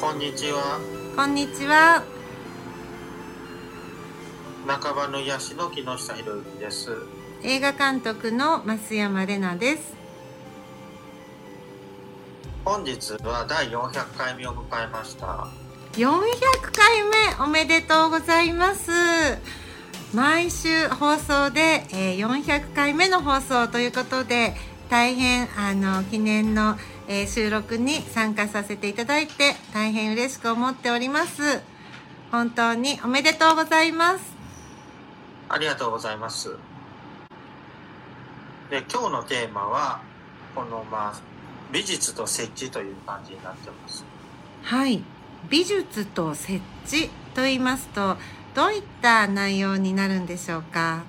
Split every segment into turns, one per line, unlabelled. こんにちは
こんにちは。
半ばの癒しの木下博之です
映画監督の増山玲奈です。
本日は第400回目を迎えました
400回目おめでとうございます。毎週放送で、えー400回目の放送ということで、大変あの記念の、えー収録に参加させていただいて大変嬉しく思っております。本当におめでとうございます。
ありがとうございますで今日のテーマはこのまあ美術と設置という感じになってます
はい。美術と設置と言いますと、どういった内容になるんでしょうか。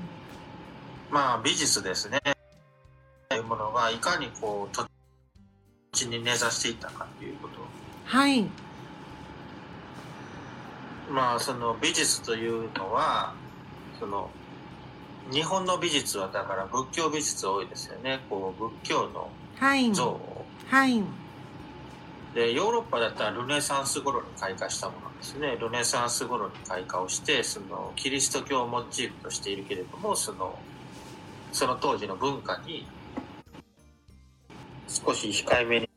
まあ美術ですねというものがいかにこう土地に根ざしていったかということ
はい。
まあその美術というのはその日本の美術はだから仏教美術多いですよねこう仏教の
はい。
像
はい。
でヨーロッパだったらルネサンス頃に開花したものですねルネサンス頃に開花をしてそのキリスト教をモチーフとしているけれどもそのその当時の文化に少し控えめに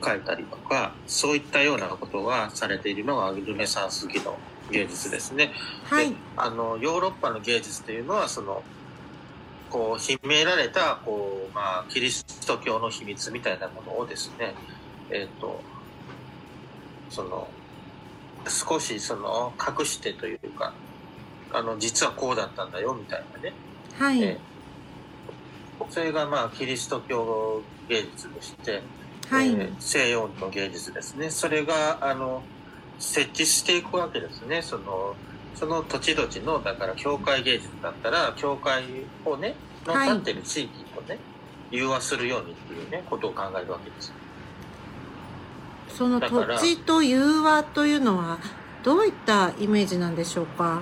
描いたりとかそういったようなことがされているのがルネサンス期の芸術ですね。
は
で
い。
あのヨーロッパの芸術というのはそのこう秘められたこう、まあ、キリスト教の秘密みたいなものをですねえっ、とその少しその隠してというかあの実はこうだったんだよみたいなね、
は
え
い。
ーそれがまあキリスト教芸術でして、
は
え
い。
ー西洋の芸術ですねそれがあの設置していくわけですねそのその土地土地のだから教会芸術だったら教会をねの
はい
立ってる地域とね、融和するようにっていうねことを考えるわけです。
その
だ
土
から
地と融和というのは、どういったイメージなんでしょうか。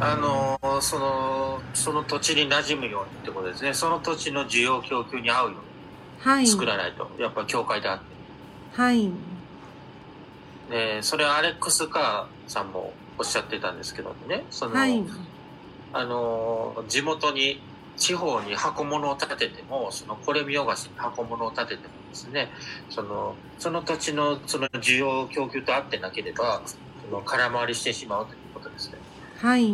あのーそのその土地に馴染むようにってことですねその土地の需要供給に合うよ
は
う
い
に。作らないと、やっぱ教会であって。
はい。
でそれアレックス・カーさんもおっしゃってたんですけどねその、
はい。
あの地元に地方に箱物を建ててもそのこれ見よがしに箱物を建ててもですねそのその土地のその需要供給と合ってなければその空回りしてしまうということですね
はい。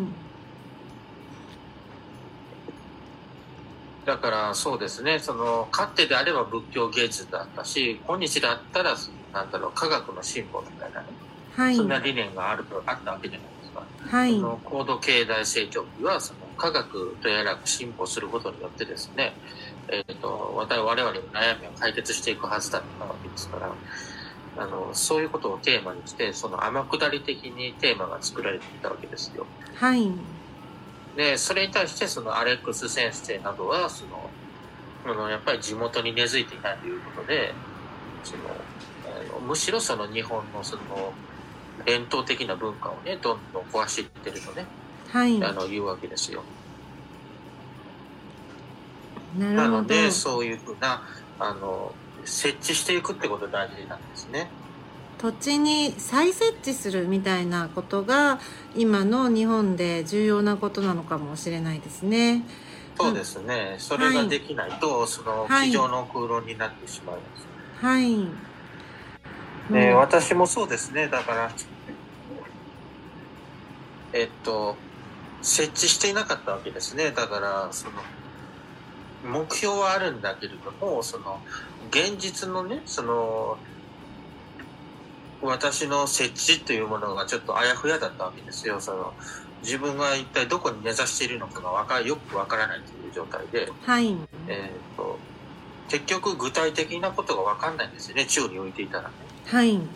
だからそうですねそのかつてであれば仏教芸術だったし今日だったらなんだろう科学の進歩みたいなね、
はい
そん。な理念があるとあったわけじゃないですか。
はい
そ。の高度経済成長期はその科学とやらが進歩することによってですね、えー、と我々の悩みを解決していくはずだったわけですからあのそういうことをテーマにしてその天下り的にテーマが作られていたわけですよ。
はい。
でそれに対してそのアレックス先生などはそのあのやっぱり地元に根付いていないということでそのあのむしろその日本のその伝統的な文化をねどんどん壊していってるとね
はい。
あの言うわけですよ。
な
な
るほ
の
ど。
でそういうふうなあの設置していくってことが大事なんですね。
土地に再設置するみたいなことが、今の日本で重要なことなのかもしれないですね。
そうですね。それができないと、その
はい
机上の空論になってしまいます。
はい。
ね
うん
私もそうですね。だからえっと設置していなかったわけですね。だからその目標はあるんだけれども、その現実のね、その私の設置というものがちょっとあやふやだったわけですよ。その自分が一体どこに根ざしているのかがわかよくわからないという状態で、
はい。
えっと結局具体的なことがわかんないんですよね。宙に置いていたらね。
はい。
うん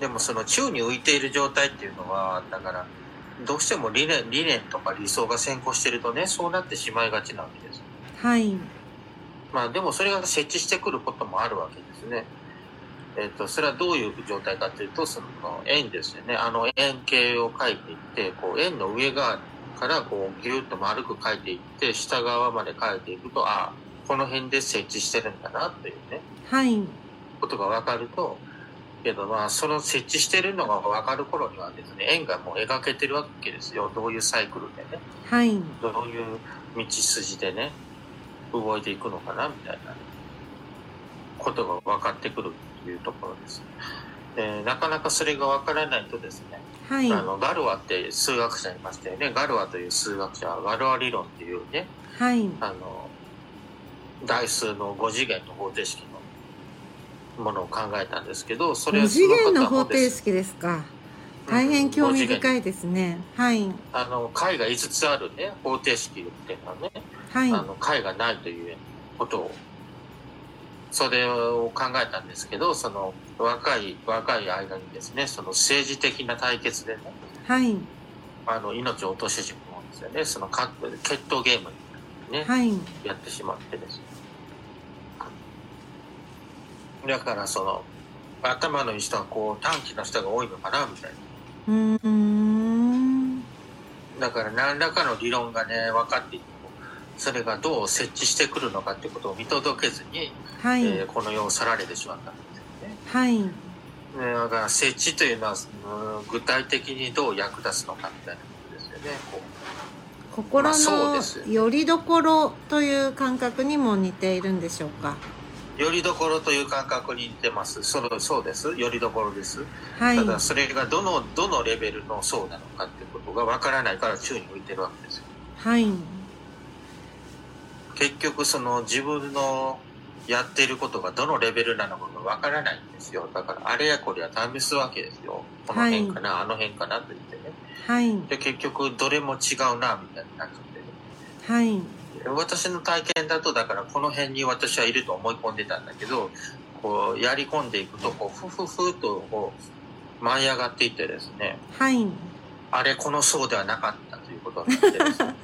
でもその宙に浮いている状態っていうのはだからどうしても理念理念とか理想が先行してるとねそうなってしまいがちなわけです。
はい。
まあでもそれが設置してくることもあるわけですね。えっとそれはどういう状態かというとその円ですよねあの円形を描いていってこう円の上側からこうギュッと丸く描いていって下側まで描いていくとああこの辺で設置してるんだなというね
はい。
ことが分かるとけどまあその設置してるのが分かる頃にはですね円がもう描けてるわけですよどういうサイクルでね
はい。
どういう道筋でね動いていくのかなみたいなことが分かってくるというところです。でなかなかそれが分からないとですね
はい。
あのガルワって数学者いましたよねガルワという数学者はガルワ理論っていうね
はい。
あの代数の5次元の方程式のものを考えたんですけどそれ
五
は
次元の
そ
方
方
程
です
式ですか。
うん
大変興味
五次元
深いですね。はい。
あの解が5つあるね方程式っていうのはね、
はい。
あの解がないということをそれを考えたんですけどその若い若い間にですねその政治的な対決でね
はい。
あの命を落としてしまうんですよねそのか決闘ゲームにね、
はい。
やってしまってですねだからその頭のいい人はこう短期の人が多いのかなみたいな
うーん。
だから何らかの理論がね分かっていてもそれがどう設置してくるのかってことを見届けずに、
はい。
えーこの世を去られてしまったんです
はい。
よねねだから設置というのは、うん具体的にどう役立つのかみたいなことですよねこま
心
あそうです
のよりどころという感覚にも似ているんでしょうか。
うよりどころという感覚に似てますそのそうですよりどころです、
はい。
ただそれがどのどのレベルの層なのかっていうことが分からないから宙に浮いてるわけですよ
はい。
結局その自分のやっていることがどのレベルなのかがわからないんですよだからあれやこれや試すわけですよこの辺かな、あの辺かなと言ってね
はい。
で結局どれも違うなみたいになっちゃってね
はい。
で私の体験だとだからこの辺に私はいると思い込んでたんだけどこうやり込んでいくとこうふふふとこう舞い上がっていってですね
はい。
あれこの層ではなかったということになってですね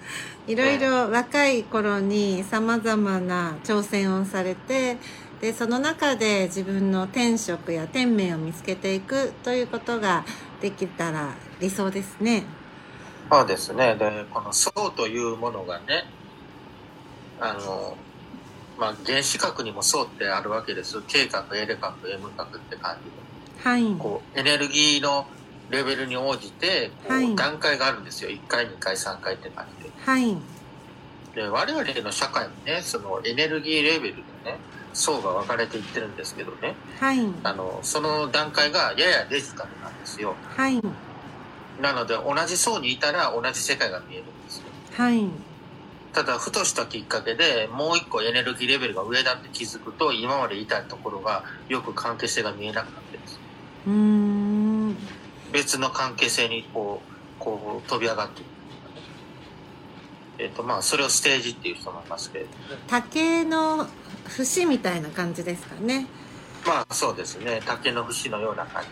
いろいろ若い頃に様々な挑戦をされて、で、その中で自分の天職や天命を見つけていくということができたら理想ですね。
そうですね。で、この層というものがね、あの、まあ、原子核にも層ってあるわけです。K 核、L 核、M 核って感じで。
はい。
こう、エネルギーのレベルに応じて、こう、
はい
段階があるんですよ。1回、2回、3回って感じ
はい。
で。で、我々の社会もね、そのエネルギーレベルでね、層が分かれていってるんですけどね、
はい。
あの、その段階がややデジタルなんですよ。
はい。
なので、同じ層にいたら同じ世界が見えるんですよ。
はい。
ただふとしたきっかけでもう一個エネルギーレベルが上だって気づくと今までいたところがよく関係性が見えなくなってです
うーん。
別の関係性にこうこう飛び上がっていくえっ、とまあそれをステージっていう人もいますけれど
竹の節みたいな感じですかね。
まあそうですね竹の節のような感じ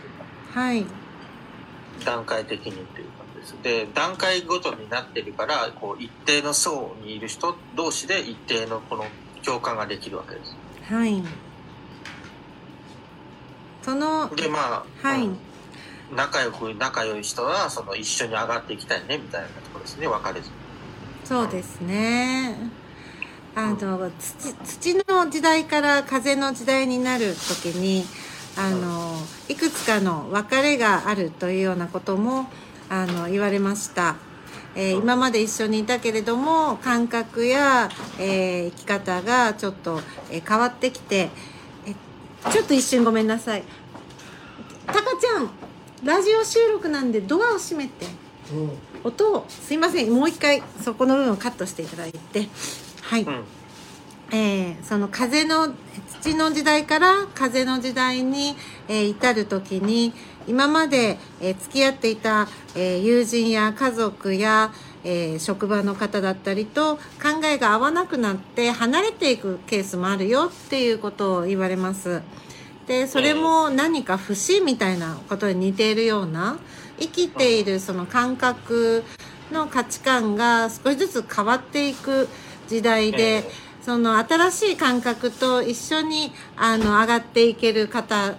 はい。
が段階的にっていう感じですで段階ごとになってるからこう一定の層にいる人同士で一定のこの共感ができるわけです
はい。その、
でまあ、
はい
うん仲良く仲良い人はその一緒に上がっていきたいねみたいなところですね別れず
そうですね。あの土土の時代から風の時代になる時にあのいくつかの別れがあるというようなこともあの言われました、えー
うん
今まで一緒にいたけれども感覚や、えー生き方がちょっと、えー変わってきてえちょっと一瞬ごめんなさいタカちゃんラジオ収録なんでドアを閉めて。音をすいませんもう一回そこの部分をカットしていただいてはい、
うん
えーその風の土の時代から風の時代に、えー至る時に今まで、えー付き合っていた、えー友人や家族や、えー職場の方だったりと考えが合わなくなって離れていくケースもあるよっていうことを言われます。でそれも何か節みたいなことに似ているような生きているその感覚の価値観が少しずつ変わっていく時代で、
え
その新しい感覚と一緒にあの上がっていける方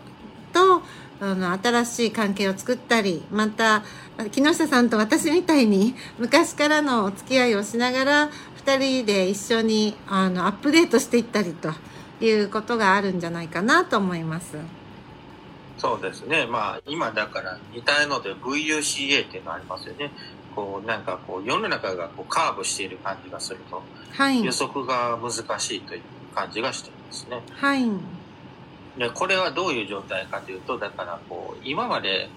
とあの新しい関係を作ったりまた木下さんと私みたいに昔からのお付き合いをしながら2人で一緒にあのアップデートしていったりということがあるんじゃないかなと思います。
そうですね。まあ、今だから似たようので VUCA っていうのありますよね。こう、なんかこう、世の中がこうカーブしている感じがすると、
はい
予。測が難しいという感じがしていますね。
はい。
で、これはどういう状態かというと、だからこう、今まで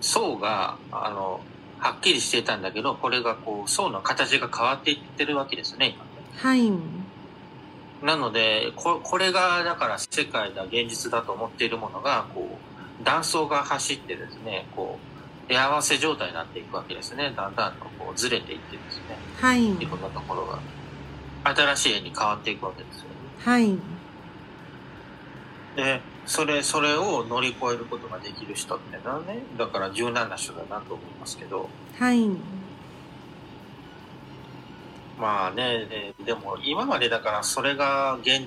層が、あの、はっきりしていたんだけど、これがこう、層の形が変わっていってるわけですね、今ね。
はい。
なのでこ、これがだから世界だ、現実だと思っているものが、こう、断層が走ってですね、こう、出合わせ状態になっていくわけですね。だんだんとこうずれていってですね、
はい。
いろんなところが、新しい絵に変わっていくわけですよね。
はい。
で、それ、それを乗り越えることができる人ってのはね、だから柔軟な人だなと思いますけど、
はい。
まあね、えーでも今までだからそれが現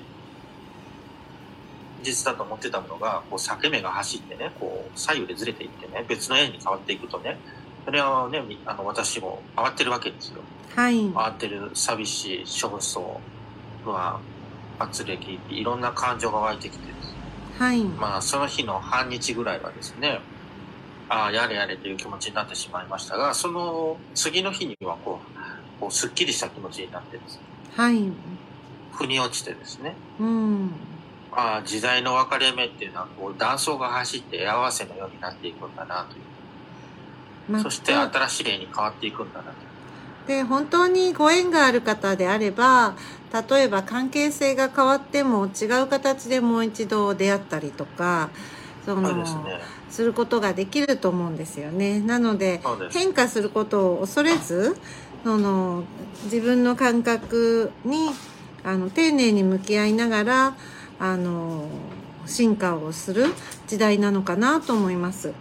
実だと思ってたものが、こう裂け目が走ってね、こう左右でずれていってね、別の円に変わっていくとね、それはね、みあの私も慌てるわけですよ。
はい。
慌てる、寂しい、焦燥、不安、圧力、いろんな感情が湧いてきてですね
はい。
まあその日の半日ぐらいはですね、ああ、やれやれという気持ちになってしまいましたが、その次の日にはこう、こうすっきりした気持ちになってですね
はい。
腑に落ちてですね、
うん。
ああ、時代の分かれ目っていうのは、こう、断層が走って合わせのようになっていくんだなという。
ま
そして
た
新しい例に変わっていくんだなと。
で本当にご縁がある方であれば例えば関係性が変わっても違う形でもう一度出会ったりとかそ
そう
の
ですね。
することができると思うんですよね。なので
そうです。
変化することを恐れずその自分の感覚にあの丁寧に向き合いながらあの進化をする時代なのかなと思います。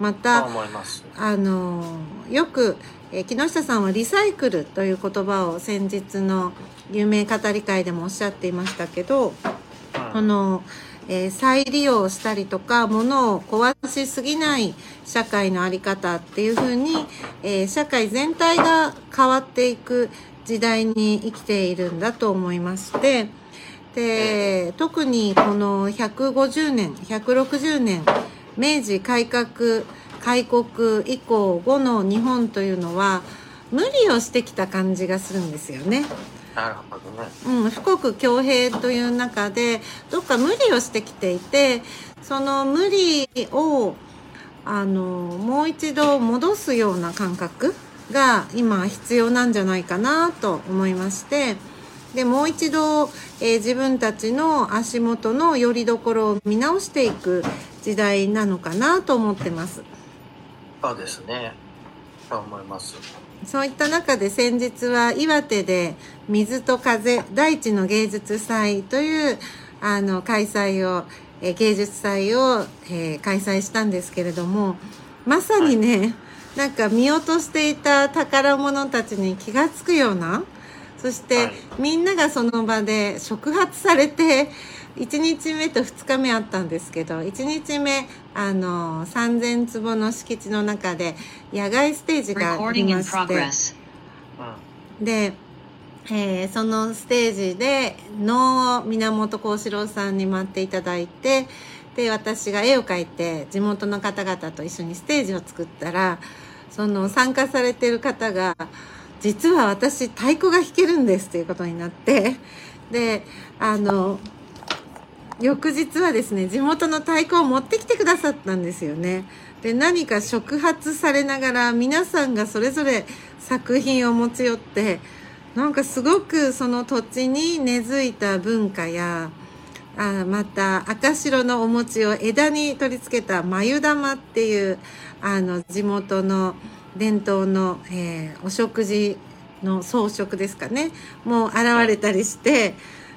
また、
そう思います。
あのよく、えー木下さんはリサイクルという言葉を先日の有名語り会でもおっしゃっていましたけど、
う
こ
ん、
の、えー再利用したりとか物を壊しすぎない社会のあり方っていうふうに、えー社会全体が変わっていく時代に生きているんだと思いましてで特にこの150年160年明治改革開国以降後の日本というのは無理をしてきた感じがするんですよね。
なるほどね。
うん、富国強兵という中でどっか無理をしてきていてその無理をあのもう一度戻すような感覚が今必要なんじゃないかなと思いましてでもう一度、えー自分たちの足元の拠り所を見直していく時代なのかなと思ってます。
そうですね。そう思います。
そういった中で先日は岩手で水と風大地の芸術祭というあの開催をえー芸術祭を、えー開催したんですけれどもまさにね、なんか見落としていた宝物たちに気がつくようなそして、
はい
みんながその場で触発されて1日目と2日目あったんですけど1日目あの3,000坪の敷地の中で野外ステージがあり
Recording
ま
in
して。
progress.
うん。
で、えーそのステージで能を源幸四郎さんに舞っていただいてで私が絵を描いて地元の方々と一緒にステージを作ったらその参加されてる方が「実は私太鼓が弾けるんです」ということになってであの翌日はですね地元の太鼓を持ってきてくださったんですよね。で何か触発されながら皆さんがそれぞれ作品を持ち寄ってなんかすごくその土地に根付いた文化やあまた赤白のお餅を枝に取り付けた眉玉っていうあの地元の伝統の、えーお食事の装飾ですかねもう現れたりして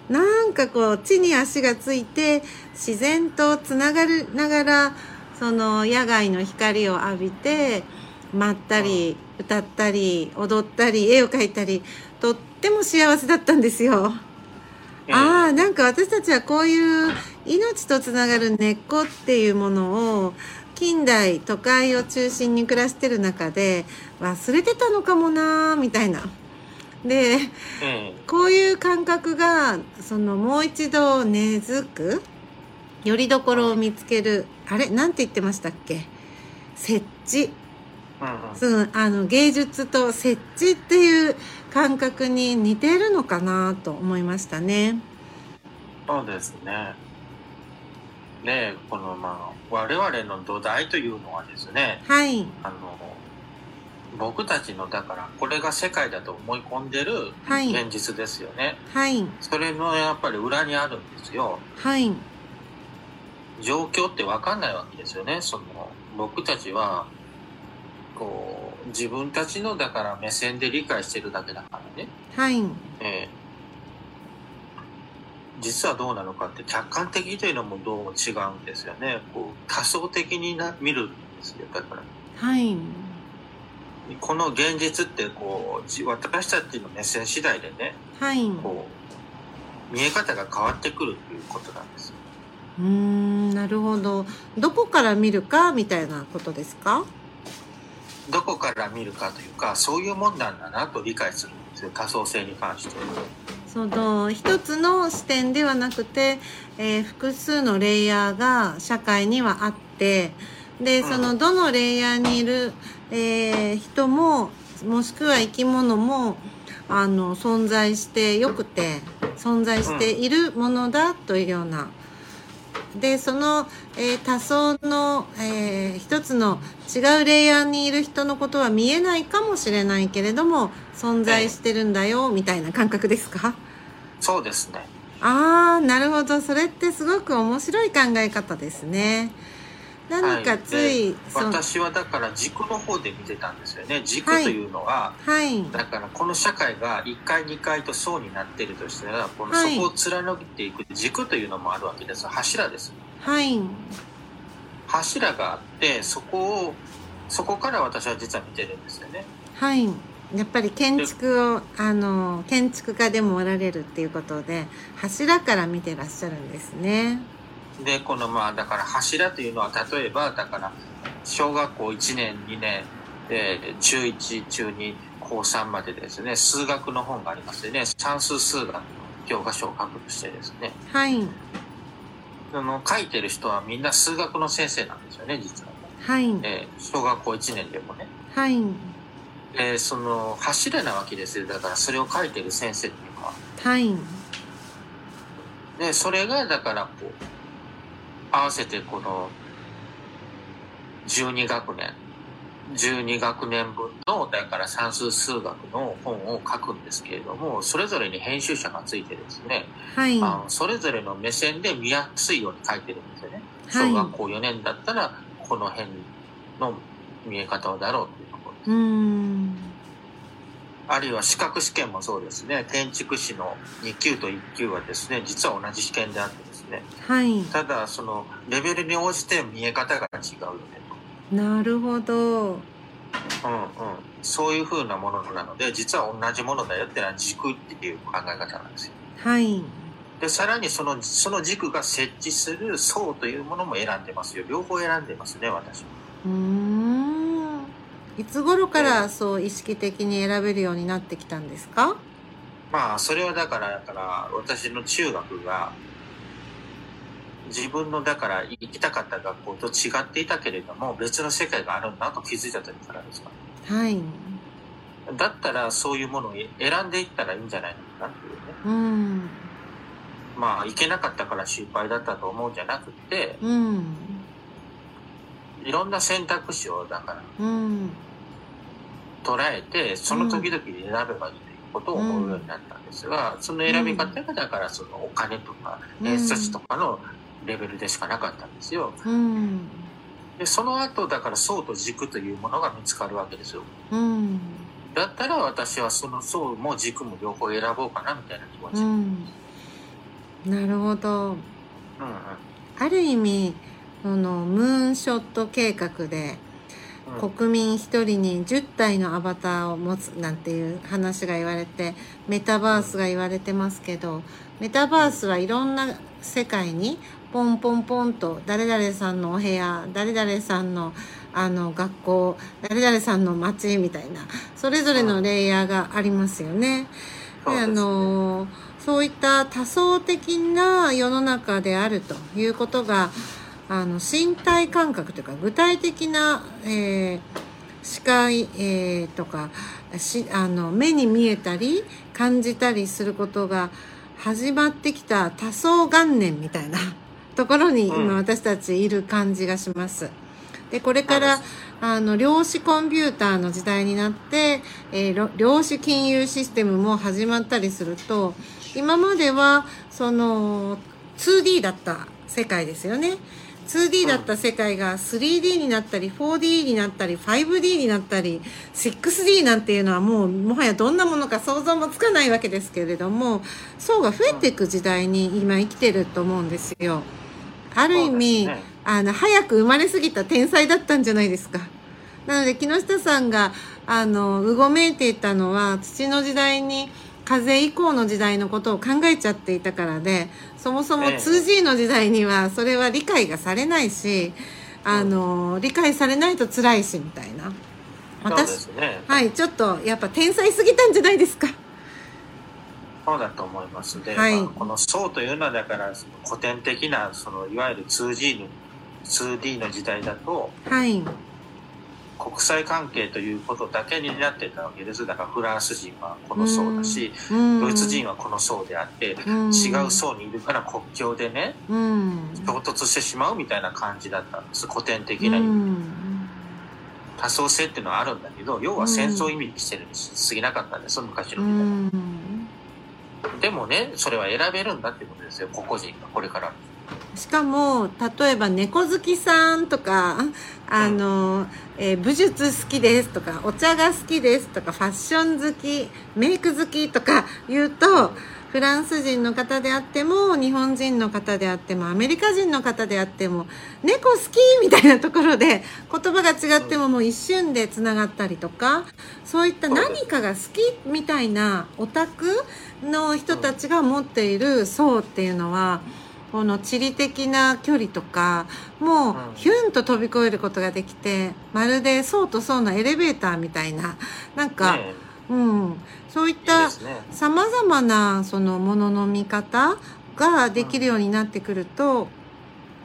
なんかこう地に足がついて自然とつながるながらその野外の光を浴びて舞ったり歌ったり踊ったり絵を描いたりとっても幸せだったんですよ。ああなんか私たちはこういう命とつながる根っこっていうものを近代都会を中心に暮らしてる中で忘れてたのかもなーみたいなで
うん
こういう感覚がそのもう一度根付くよりどころを見つけるあれなんて言ってましたっけ設置
うんうん
そのあの芸術と設置っていう感覚に似てるのかなと思いましたね。
そうですね。ねこのまあ我々の土台というのはですね、
はい
あの僕たちのだからこれが世界だと思い込んでる
はい
現実ですよね。
はい
それのやっぱり裏にあるんですよ。
はい
状況ってわかんないわけですよね。その僕たちはこう自分たちのだから目線で理解してるだけだからね。
はい
ええ実はどうなのかって客観的というのもどうも違うんですよね。こう多層的にな見るんですよ。だから
はい
この現実ってこうじ私たちの目線次第でね、
はい
こう見え方が変わってくるということなんですよ。
うーんなるほどどこから見るかみたいなことですか
どこから見るかというかそういうもんなんだなと理解するんですよ多層性に関して。
その一つの視点ではなくて、えー複数のレイヤーが社会にはあってで
うん
そのどのレイヤーにいる、えー人ももしくは生き物もあの存在してよくて存在しているものだというような。でその、えー多層の、えー一つの違うレイヤーにいる人のことは見えないかもしれないけれども存在してるんだよみたいな感覚ですか
そうですね。
ああなるほどそれってすごく面白い考え方ですね。何かつい、
は
そ
い、で
の
私はだから軸の方で見てたんですよね。軸
はい
というのは、
はい
だからこの社会が1階2階と層になっているとしたらこの
はい
そこを貫いていく軸というのもあるわけです柱です
はい
柱があってそこをそこから私は実は見てるんですよね
はいやっぱり建築をあの建築家でもおられるっていうことで柱から見てらっしゃるんですね。
でこのまあだから柱というのは例えばだから小学校1年2年で中1中2高3までですね数学の本がありますよね算数数学の教科書を書くとしてですね
はい
あの書いてる人はみんな数学の先生なんですよね実は、
はい
えー小学校1年でもね
はい
えーその柱なわけですよだからそれを書いてる先生っていうのは
はい
でそれがだからこう合わせてこの12学年12学年分のだから算数数学の本を書くんですけれどもそれぞれに編集者がついてですね、
はい
あのそれぞれの目線で見やすいように書いてるんですよね。
はい
小学校4年だったらこの辺の見え方だろうっていうところです
うーん
あるいは資格試験もそうですね。建築士の2級と1級はですね、実は同じ試験であってですね。
はい
ただ、その、レベルに応じて見え方が違うよね
なるほど
と。うんうん。そういう風なものなので、実は同じものだよっていうのは軸っていう考え方なんですよ。
はい
で、さらにその、その軸が設置する層というものも選んでますよ。両方選んでますね、私は。
うーんいつ頃からそう意識的に選べるようになってきたんですか
まあそれはだからだから私の中学が自分のだから行きたかった学校と違っていたけれども別の世界があるんだと気づいた時からですか
はい
だったらそういうものを選んでいったらいいんじゃないのかなっていうね
うん
まあ行けなかったから心配だったと思うんじゃなくて
うん
いろんな選択肢をだから
うん
捉えてその時々で選べばいいということを思うようになったんですが、その選び方がだからそのお金とか
うん
偏差値とかのレベルでしかなかったんですよ。
うん
でその後だから層と軸というものが見つかるわけですよ
うん
だったら私はその層も軸も両方選ぼうかなみたいな気持ち、う
う
んうん
んなるほどある意味そのムーンショット計画で
うん
国民一人に10体のアバターを持つなんていう話が言われてメタバースが言われてますけどメタバースはいろんな世界にポンポンポンと誰々さんのお部屋誰々さんのあの学校誰々さんの町みたいなそれぞれのレイヤーがありますよね。
そう
で
です
あ
ね
のそういった多層的な世の中であるということがあの身体感覚というか具体的な、えー視界、えーとかしあの目に見えたり感じたりすることが始まってきた多層元年みたいなところに
うん
今私たちいる感じがします。でこれか
そ
ら
うで
あの量子コンピューターの時代になって、えーろ量子金融システムも始まったりすると今まではその 2D だった世界ですよね。2D だった世界が 3D になったり 4D になったり 5D になったり 6D なんていうのはもうもはやどんなものか想像もつかないわけですけれども層が増えていく時代に今生きてると思うんですよ。ある意味、
そうですね
あの早く生まれすぎた天才だったんじゃないですか。なので木下さんがあのうごめいていたのは土の時代に風以降の時代のことを考えちゃっていたからでそもそも
ええ
2G の時代にはそれは理解がされないしあの理解されないと辛いしみたいな
そうで
私
すね。
はいちょっとやっぱ天才すぎたんじゃないですか
そうだと思います。で、
はい
まあこの層というのは、だから、その古典的な、その、いわゆる 2G の、2D の時代だと、
はい
国際関係ということだけになってたわけです。だから、フランス人はこの層だし、ド
ド
イツ人はこの層であって、違う層にいるから国境でね、
うん
衝突してしまうみたいな感じだったんです。古典的
う
な意味
ん
多層性っていうのはあるんだけど、要は戦争を意味にしてるに過ぎなかったんです、昔
う
の時代は。
ん
でもね、それは選べるんだってことですよ、個々人がこれから。
しかも例えば猫好きさんとかあの、えー武術好きですとかお茶が好きですとかファッション好きメイク好きとか言うとフランス人の方であっても日本人の方であってもアメリカ人の方であっても猫好きみたいなところで言葉が違ってももう一瞬でつながったりとかそういった何かが好きみたいなオタクの人たちが持っている層っていうのはこの地理的な距離とか
う
もう
ん
ヒュンと飛び越えることができてまるで層と層のエレベーターみたいななんか、
ね
うん、そういっ
え、いい
た
ですね。
さまざまなそのものの見方ができるようになってくると、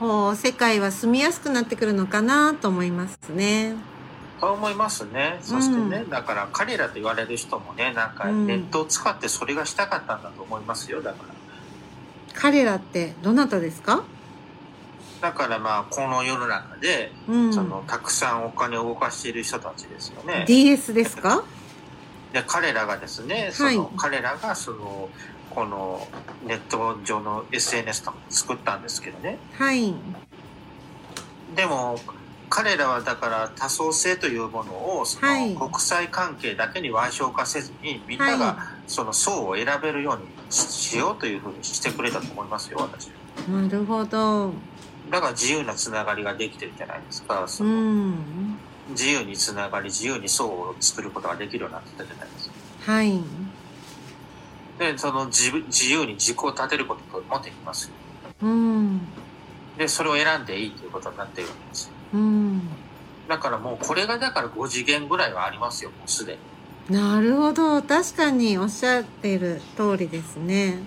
こう世界は住みやすくなってくるのかなと思いますね。
そう思いますね。そしてね、
う
だから彼らと言われる人もね、なんか
うん
ネットを使ってそれがしたかったんだと思いますよ、だから。
彼らってどなたですか？
だからまあ、この世の中で、
うん。
その、たくさんお金を動かしている人たちですよね。
DS ですか？
で、彼らがですね、その、
はい
彼らがその、このネット上の SNS とか作ったんですけどね。
はい。
でも彼らはだから多層性というものをその
はい
国際関係だけに矮小化せずに、みんなが
は
その層を選べるようにしようというふうにしてくれたと思いますよ私
い。なるほど。
だから自由なつながりができてるじゃないですか
う
その
ん。
自由につながり自由に層を作ることができるようになってたじゃないですか
はい。
でその自分自由に軸を立てることもできますよ
うん。
でそれを選んでいいということになっているわけですよ
うん。
だからもうこれがだから5次元ぐらいはありますよもうすでに。
なるほど。確かにおっしゃってる通りですね。
うんうんうん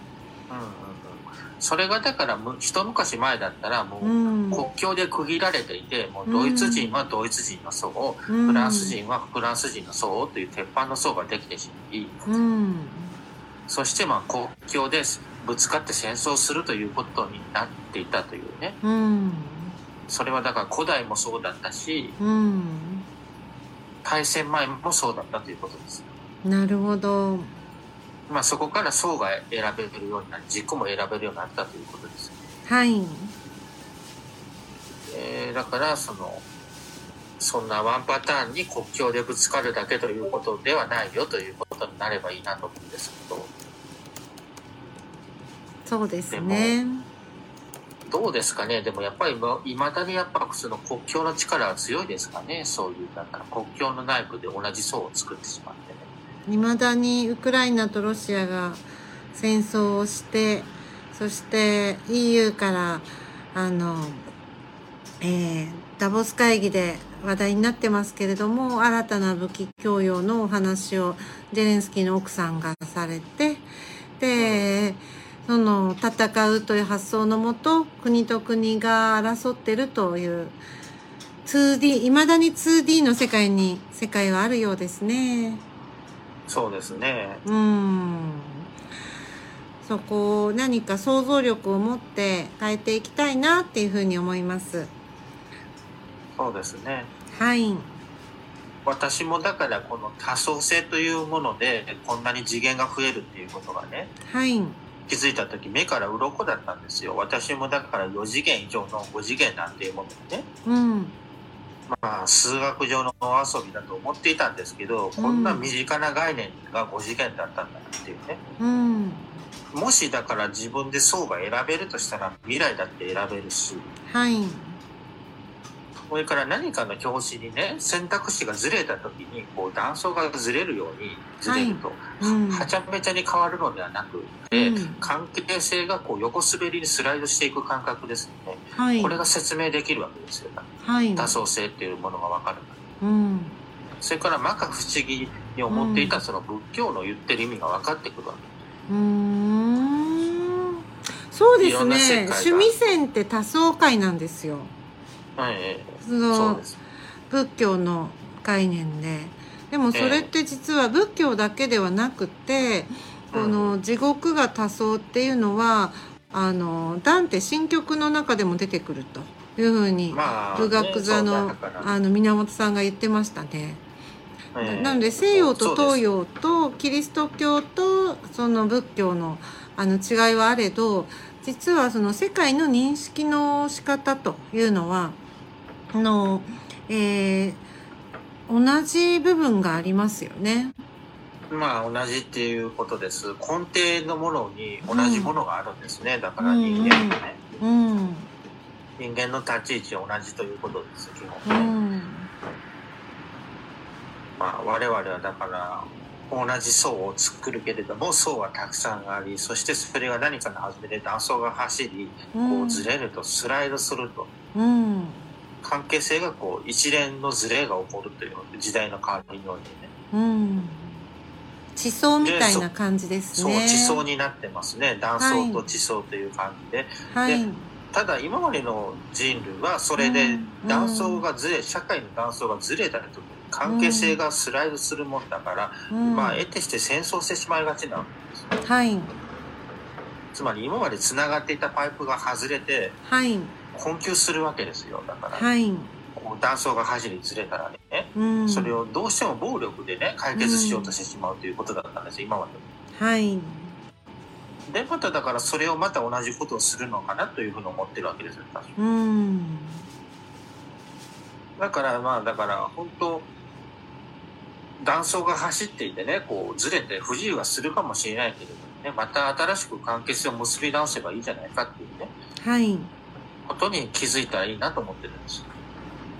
それがだからむ一昔前だったらも
う。
うん国境で区切られていてもうドイツ人はドイツ人の層を
フ
フランス。人はフランス人の層をという鉄板の層ができてしまい
うん。
そしてまあ国境でぶつかって戦争するということになっていたというね
うん。
それはだから古代もそうだったし
うん。
大戦前もそうだったということです。
なるほど。
まあそこから層が選べるようになり軸も選べるようになったということです。
はい。
えーだからそのそんなワンパターンに国境でぶつかるだけということではないよということになればいいなと思うんですけど
そうですね。
どうですかねでもやっぱりいまだにやっぱその国境の力は強いですかねそういうだから国境の内部で同じ層を作ってしまってね
いまだにウクライナとロシアが戦争をして、そして EU から、あの、えーダボス会議で話題になってますけれども新たな武器供与のお話をゼレンスキーの奥さんがされてでその戦うという発想のもと国と国が争ってるという 2D いまだに 2D の世界に世界はあるようですね。
そうですね。
うんそこを何か想像力を持って変えていきたいなっていうふうに思います。
そうですね。
はい。
私もだからこの多層性というものでこんなに次元が増えるっていうことがね
はい。
気づいた時目から鱗だったんですよ私もだから4次元以上の5次元なんていうものをね
うん。
まあ数学上のお遊びだと思っていたんですけどこんな身近な概念が5次元だったんだなっていうね
うん。
もしだから自分で層が選べるとしたら未来だって選べるし
はい。
これから何かの表紙にね選択肢がずれた時にこう断層がずれるようにずれると、
うん。
はちゃめちゃに変わるのではなくて、
うん
関係性がこう横滑りにスライドしていく感覚ですよね、
はい。
これが説明できるわけですよ
はい。
多層性っていうものが分かるから
うん。
それから摩訶不思議に思っていたその仏教の言ってる意味が分かってくるわ
うーん。そうで
い
す
ろんな世界
ね。
が
趣味線って多層階なんですよ。
け、はいえ
そ
えそう
の
です
仏教の概念で。でもそれって実は仏教だけではなくて、この地獄が多層っていうのはあのダンテ新曲の中でも出てくるというふう
う
に、
んまあ
儒学座の,、
ねそうだから
あの源さんが言ってましたね。
ええ
なので西洋と
そう
東
です
洋とキリスト教とその仏教のあの違いはあれど実はその世界の認識の仕方というのはあの、えー同じ部分がありますよね。
まあ同じっていうことです根底のものに同じものがあるんですね、だから人間もね、
うん、
人間の立ち位置同じということです基
う
本、
ん、
まあ、我々はだから同じ層を作るけれども層はたくさんありそしてそれが何かの外れで断層が走りこうずれるとスライドすると
うん、
関係性がこう一連のずれが起こるという時代の変わりによってね
うん、地層みたいな感じです
そう
ね。
地層になってますね断層と地層という感じで、
はい、
でただ今までの人類はそれで
うん
断層がずれ社会の断層がずれた時に関係性がスライドするもんだから、
うん
まあ得てして戦争してしまいがちなの
はい、
つまり今までつながっていたパイプが外れて
はい、
困窮するわけですよだから、
はい、
こう断層が走りずれたらね、
うん、
それをどうしても暴力でね解決しようとしてしまうということだったんですよ今ま
はい、
で。でまただからそれをまた同じことをするのかなというふうに思ってるわけですよ私
うん、
だからまあだから本当断層が走っていてねこうずれて不自由はするかもしれないけれどもねまた新しく関係性を結び直せばいいじゃないかっていうね
はい、
ことに気づいたらいいなと思ってるんですよ。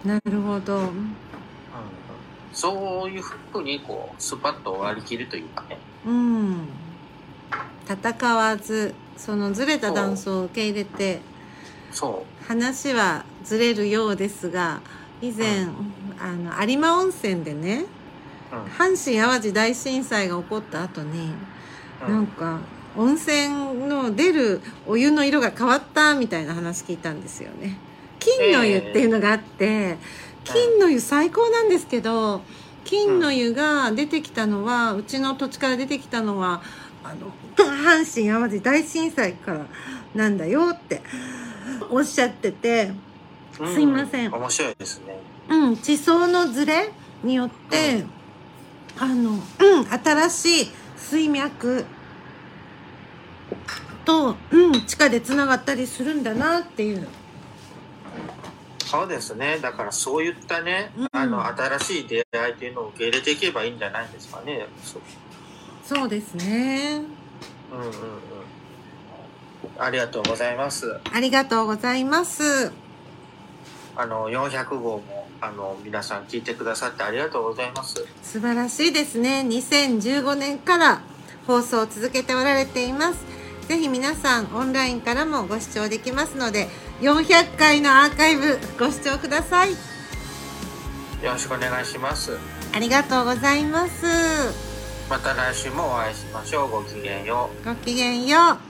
なるほど。
そういうふうにこうスパッと終わりきるというかね
うん、戦わず、そのずれた断層を受け入れて、
そ
話はずれるようですが、以前、あの有馬温泉でね、
う、
阪神・淡路大震災が起こった後
う
に、
んう
なん
ん、
か温泉の出るお湯の色が変わったみたいな話聞いたんですよね金の湯っていうのがあって、金の湯最高なんですけど金の湯が出てきたのは、うちの土地から出てきたのはあの阪神・淡路大震災からなんだよっておっしゃってて。
う
すいません
面白いですね
うん、地層のずれによって、あの、うん、新しい水脈と、うん、地下でつながったりするんだなっていう。
そうですねだからそういったね、
うん
あの新しい出会いというのを受け入れていけばいいんじゃないですかねそう
そうですね。
うんうんうんありがとうございます
ありがとうございます。
あの400号もあの皆さん聞いてくださってありがとうございます
素晴らしいですね。2015年から放送を続けておられています。ぜひ皆さんオンラインからもご視聴できますので、400回のアーカイブご視聴ください。
よろしくお願いします。
ありがとうございます。
また来週もお会いしましょう。ごきげんよう。
ごきげんよう。